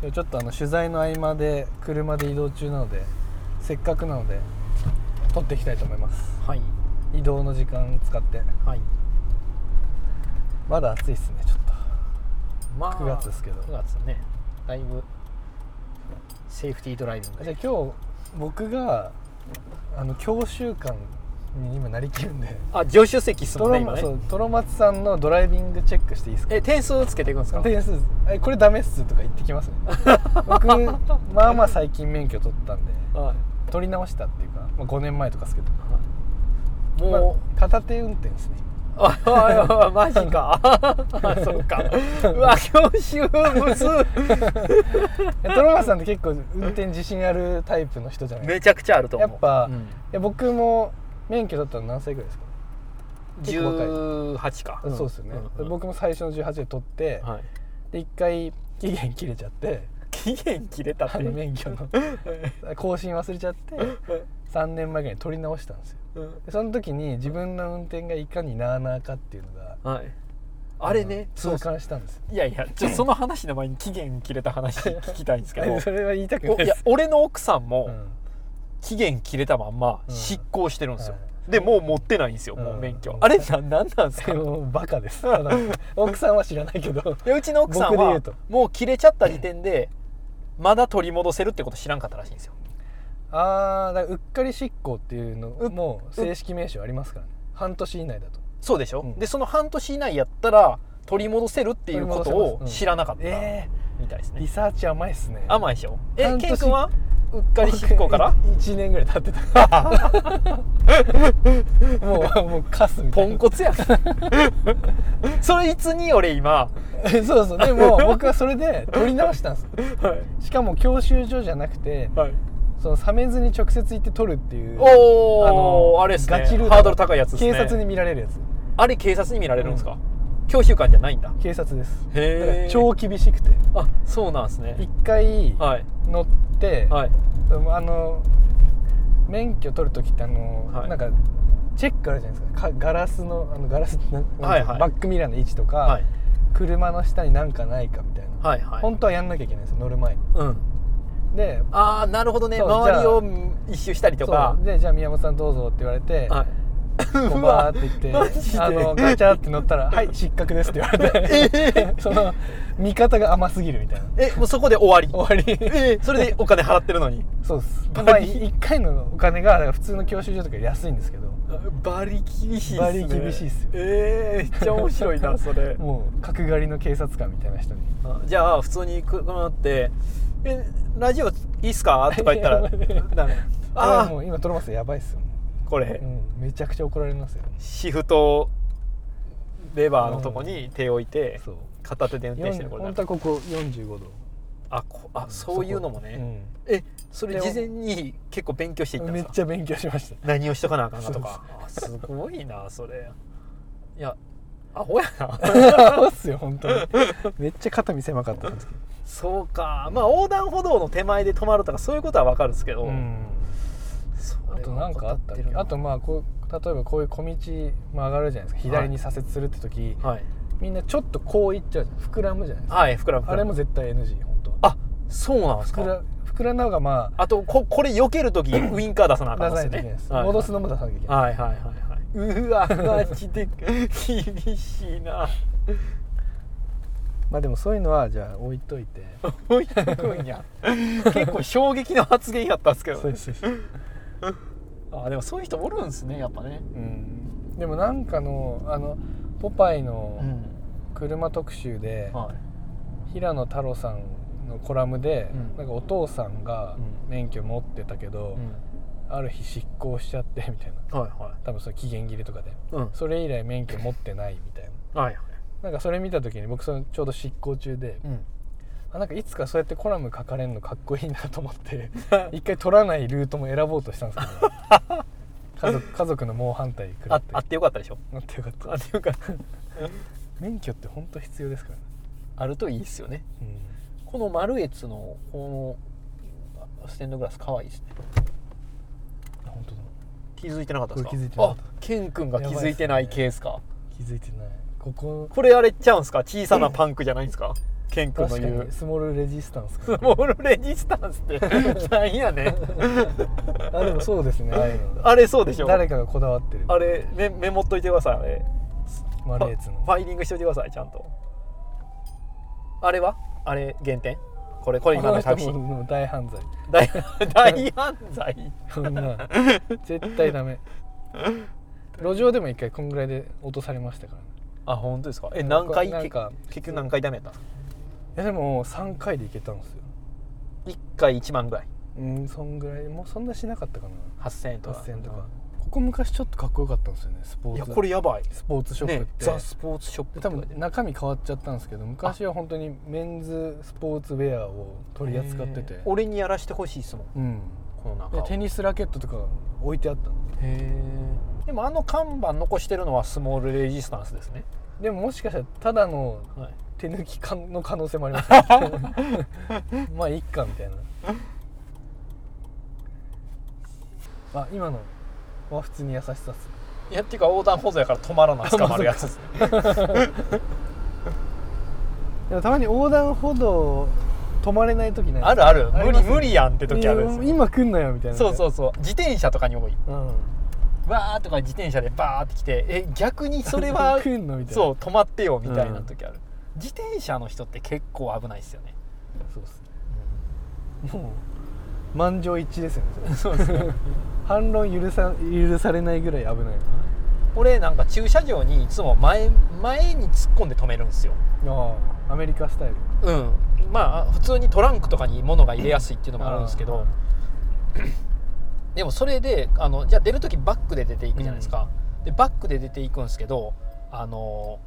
でちょっとあの取材の合間で車で移動中なのでせっかくなので撮っていきたいと思いますはい移動の時間使ってはいまだ暑いっすねちょっまあ9月ですけど9月ねだいぶセーフティードライビンとグじゃであ今日僕があの教習官に今なりきるんであ助手席っすもトんねロ今ねそうトロマツさんのドライビングチェックしていいですかえ点数をつけていくんですか点数えこれダメっすとか言ってき ますね僕まあまあ最近免許取ったんでは取り直したっていうか、まあ、5年前とかですけどい もう、まあ片手運転ですねあああマジ かあそうかうわ教習むずえトロマツさんって結構運転自信あるタイプの人じゃないです めちゃくちゃあるとかや思うっぱ、ういんや僕も免許取ったの何歳ぐらいですか結構若い18か、そうですよね、うん僕も最初の18で取って、はい、で一回期限切れちゃ って期限切れたっあての免 許の更新忘れちゃって3年前ぐらいに取り直したんですよでその時に自分の運転がいかになあなあかっていうのがはいあれね痛感したんですよいやいやちょその話の前に期限切れた話聞きたいんですけど え それは言いたくないおいでやす俺の奥さんうもん期限切れたまんまうん執行してるんですよは、でもう持ってないんですよ、もう免う許んあれななんなんですかでもバカ ですただ奥さんは知らないけどでうちの奥さん僕で言うはともう切れちゃった時点でまだ取り戻せるってこと知らんかったらしいんですよあーだからうっかり執行っていうのうもう正式名称ありますからね半年以内だとそうでしょ、うんでその半年以内やったら取り戻せるっていうこと取り戻せをますうん知らなかったえみたいですーねリ、サーチ甘いっすねい甘いでしょえ半年ケン君はうっかり執行から1年ぐらい経ってたもうもうカスみた ポいなンコツ やんそれいつに俺今、そうそうでも僕はそれで取り直したんですしかも教習所じゃなくてはい、その冷めずに直接行って取るっていうおーあのれですねガチルートハードル高いやつですね警察に見られるやつあれ警察に見られるんですか、教習官じゃないんだ警察ですだかへらえ超厳しくてあそうなんですね一回はい乗って、はいあの免許取る時ってあの、はいなんかチェックあるじゃないですかかガラスのあのガラスななんてうのはいはいバックミラーの位置とか、はい車の下になんかないかみたいな、はいはい本当はやんなきゃいけないんですよ乗る前にうんでああなるほどねそう周りじゃあを一周したりとかそうでじゃあ宮本さんどうぞって言われて、はいこううバーわって言ってマジであのガチャって乗った ら「はい失格です」って言われて その見方が甘すぎるみたいなえもうそこで終わり終わりえーそれでお金払ってるのにそうですバリまあ1回のお金がだから普通の教習所とかより安いんですけどバリ厳しいっすねバリ厳しいっすよええめっちゃ面白 いなそれもう角刈りの警察官みたいな人にあじゃあ普通に車乗って「えラジオいいっすか?」とか言った らダメ「あああもあう今トロマスやばいっすよ、これ、うん、めちゃくちゃ怒られますよシフトレバーのとこに手を置いて、そう片手で運転して四るこれ本当はここ45度あこあそういうのもね、うえそれ事前に結構勉強していっんたんめっですかちゃ勉強しま した何をしとかなあかんかとかあすごいなそれいやアホや なそうっすよ本当にめっちゃ肩身狭かったんですけそうかまあ横断歩道の手前で止まるとかそういうことは分かるんですけど、ど、うん、それはあとなんかあったっけ分かてるなあとまあこう例えばこういう小道曲がるじゃないですか左に左折するって時、はい、みんなちょっとこう行っちゃうじゃん膨らむじゃないですかはい、膨らむ膨らむあれも絶対 NG 本当はあそうなんです膨から膨らんだ方がまあとここれ避ける時ウインカー出さなああかん出さないとでいけすないねです、はい戻すのも出さなきゃいけない、はいはいはいはいうわマジで厳しいなまあでもそういうのはじゃあ置いといて置いとくんや結構衝撃の発言やったんですけどそうですそうですあでもそういう人おるんですねやっぱねうんでもなんかのあのポパイの車特集で、はい平野太郎さんのコラムで、うんなんかお父さんがうん免許持ってたけど、ある日執行しちゃってみたいなはいは多分その期限切れとかでいうんそれ以来免許持ってないみたいなはいはいなんかそれ見た時に僕そのちょうど執行中で、うんあなんかいつかそうやってコラム書かれるのかっこいいなと思って 一回取らないルートも選ぼうとしたんですけど家 族家族の猛反対食らあってあってよかったでしょなってよかっあたっていうか免許って本当必要ですからね、 あるといいっすよねこのマルエツのこのステンドグラス可愛いですねうん、本当だ気づいてなかったですかこれ気づいてなかったあケン君が気づいてないケースか気づいてないこここれあれちゃうんすか小さなパンクじゃないんすかケン君の確か言うにスモールレジスタンススかモールレジスタンスって なんやねんあでもそうですねああいうのあれそうでしょ誰かがこだわってるあれメメモっといてくださいあれマフルァエツフのァイリングしといてくださいちゃんとあれはあれ原点これこれ今のタクシこー人も大犯罪大 大犯罪そん な絶対ダメ路上でも一回こんぐらいで落とされましたからねあ本当ですかえなん何か回なんかけ結局何回ダメやったんですかいやでも3回で行けたんですよ1回1万ぐらいうんそんぐらいもうそんなしなかったか8000円となか8000とかここ昔ちょっとかっこよかったんですよねスポいーやツこれやばいスポーツショップっねて、ザ・スポーツショップで多分中身変わっちゃったんですけど昔は本当にメンズスポーツウェアを取り扱っててへー俺にやらしてほしいっすもんうんこの中でをテニスラケットとか置いてあったんでへーでもあの看板残してるのはスモールレジスタンスですね、でももしかしたらただのはい、手抜きかの可能性もありますね まあいっかみたいなあ今のは普通に優しさっすねいやっていうか横断歩道やから止ま らない捕まるやつですねでもたまに横断歩道止まれない時ないあるあるありま無理すね無理やんって時あるんですねよ今来んなよみたいなそうそううそう自転車とかに多いうんわーとか自転車でバーって来てえ逆にそ れは来んのみたいなそう止まってよみたいな時ある、自転車の人って結構危ないですよね、そうっすねもう満場一致ですよねそれそうですね 反論許さ許されないぐらい危ない俺なんか駐車場にいつも前前に突っ込んで止めるんですよああアメリカスタイルうんまあ普通にトランクとかに物が入れやすいっていうのもあるんですけど、でもそれであのじゃあ出る時バックで出ていくじゃないですか、でバックで出ていくんですけどあの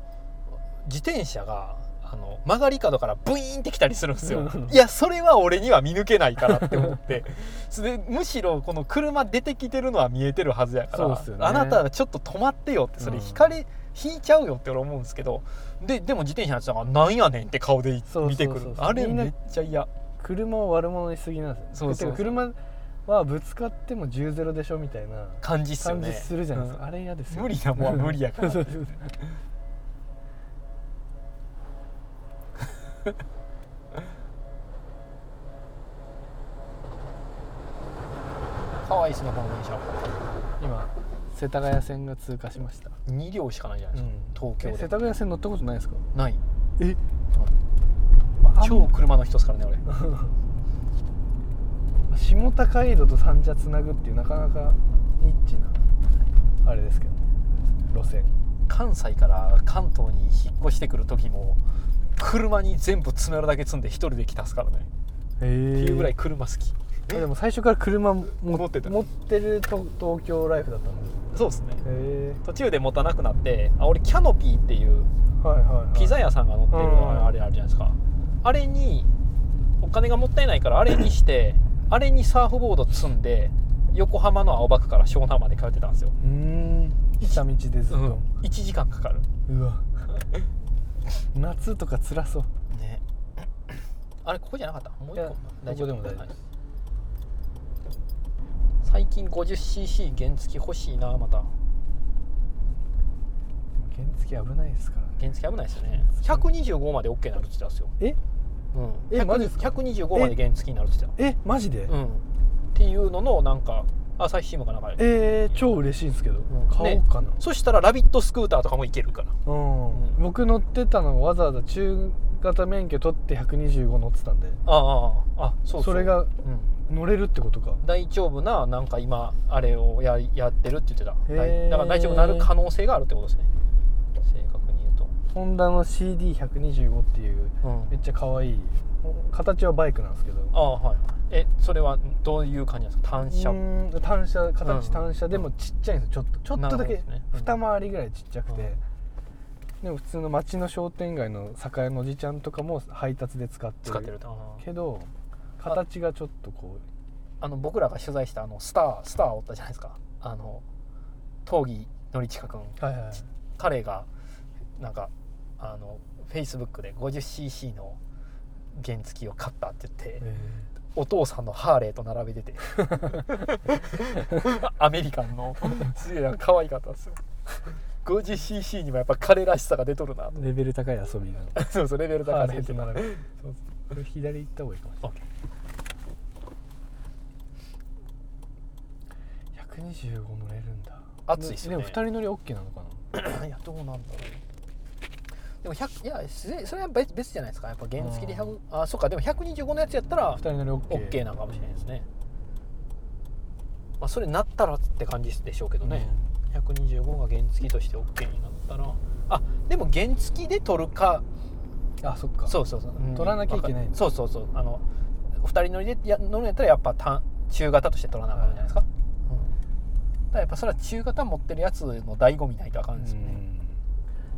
自転車があの曲がり角からブイーンってきたりするんですようんいやそれは俺には見抜けないからって思って それでむしろこの車出てきてるのは見えてるはずやかそうっら、すよねあなたはちょっと止まってよってそれうん引かれ、引いちゃうよって俺思うんですけどででも自転車の人が「なんやねん」って顔でそうそうそう見てくるあれめっちゃ嫌車を悪者にしすぎなんですよそうそうそうてか車はぶつかっても10ゼロでしょみたいな感じっすよ感ねじするじゃないですか、うんあれ嫌ですよ無理 なもんは無理やからってそいううそうかわいいっすねこの電車今世田谷線が通過しました、 2両しかないじゃないですか、え東京世で田谷線乗ったことないですかないえ超車の人ですからね俺下高井戸と三茶つなぐっていうなかなかニッチなあれですけどね路線関西から関東に引っ越してくる時も車に全部詰めるだけ積んで一人で来たっすからね、へっていうぐらいい車好きでも最初から車も持ってた持ってると東京ライフだったんですそうですねへ途中で持たなくなってあ俺キャノピーっていうえはいはい、はい、ピザ屋さんが乗ってるうんあれあるじゃないですかあれにお金がもったいないからあれにしてあれにサーフボード積んで横浜の青葉区から湘南まで通ってたんですよ、うーん下道でずっうと、 1時間かかるうわ夏とか辛そうねあれここじゃなかったもう一いや個大丈夫どこでも大丈夫はい最近 50cc 原付欲しいなまた原付危ないですからね原付危ないですよね125まで OK になるって言ってたんですよえうんえ100マジっすか125まで原付になるって言ってえマジで、たうんっていうののなんか朝日新聞かなんかでえー、超嬉しいんですけど、ん買おうかな、そしたらラビットスクーターとかもいけるからうんうん僕乗ってたのわざわざ中型免許取って125乗ってたんであああああそうそそうれ、がうん、乗れるってことか大丈夫ななんか今あれをややってるって言ってたへだーいだから大丈夫なる可能性があるってことですね正確に言うと、ホンダの CD125 っていうめっちゃ可愛い形はバイクなんですけどああはいえそれはどういう感じなんですか単車うーん単車形うん単車でもちっちゃいんですよちょっとちょっとだなるけほどですねうん二回りぐらいちっちゃくて、うんでも普通の町の商店街の酒屋のおじちゃんとかも配達で使ってる使ってるとああけど形がちょっとこあの僕らが取材したあのスタースターおったじゃないですかあの東儀典親君うはいはい彼がなんかあのフェイスブックで 50cc の原付を買ったって言って、お父さんのハーレーと並べ ててアメリカンのすげえ可愛かったですよ 50cc にもやっぱ彼らしさが出 とるなレベル高い遊び なのそうそうレベル高ハいーレーと出てる並べるそうそうこれ左行った方がいいかもしれない125乗れるんだ熱いっすよねでも二人乗り OK なのかないやどうなんだろうでも100いやすそれは別別じゃないですかやっぱ原付で100、あそうかでも125のやつやったら二人乗り OK, OK なのかもしれないですね、まあ、それなったらって感じでしょうけどね、125が原付として OK になったらあでも原付で取るかあそっかそうそうそう、取らなきゃいけないわかそうそうそうあの2人乗りでや乗るんやったらやっぱ単中型として取らなあかんじゃないですか、うん、だからやっぱそれは中型持ってるやつの醍醐味ないとあかんですよね、うん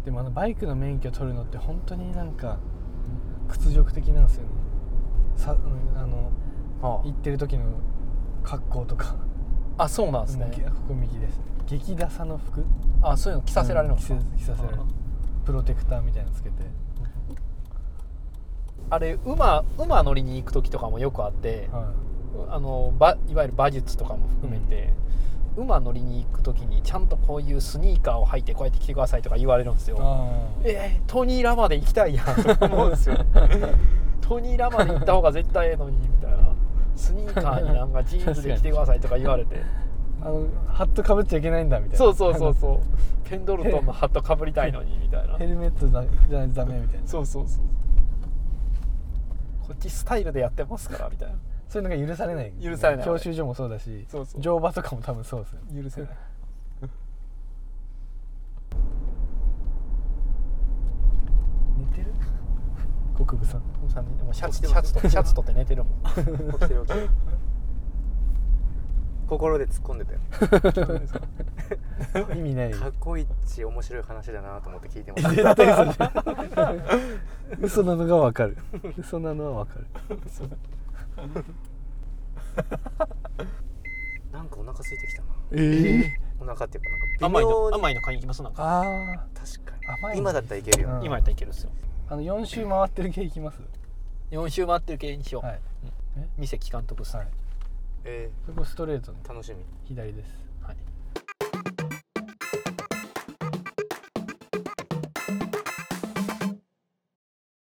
でもあのバイクの免許取るのって本当になんか屈辱的なんですよねさあのは行ってる時の格好とかあ、あそうなんですね、ここ右です激ダサの服あそういうの着させられるのうか、ん着せ着させられるあプロテクターみたいなのつけてあれ馬馬乗りに行く時とかもよくあって、はあのばいわゆる馬術とかも含めて、馬乗りに行く時にちゃんとこういうスニーカーを履いてこうやって来てくださいとか言われるんですいよあーえートニーラまで行きたいやんと思うん ですよトニーラまで行った方が絶対ええのにみたいなスニーカーになんかジーンズで来てくださいとか言われてあのハットかぶっちゃいけないんだみたいなそうそうそうそうペンドルトンのハットかぶりたいのにみた いなヘルメットだじゃないとダメみたいなそうそうそうこっちスタイルでやってますからみたいなそういうのが許されない許されない教習所もそうだしそうそう乗馬とかも多分そうですよね許せない寝てる国分さんもうシャツシャツとシャツとって寝てるもん起きてる起きてる 心で突っ込んでたよ意味ない過去一面白い話だなと思って聞いてました絶 対嘘じゃん 嘘なのがわかる嘘なのはわかるなんかお腹空いてきたなえお腹っていうかなん甘か微いの妙に甘いの買いに行きますなんかあ確かに甘いね今だったらいけるよ、うん今やったらいけるんですよああの4周回ってる系いきます4周回ってる系にしよう、はいえ三関監督っすね、はいえそこストレートのー楽しみ左です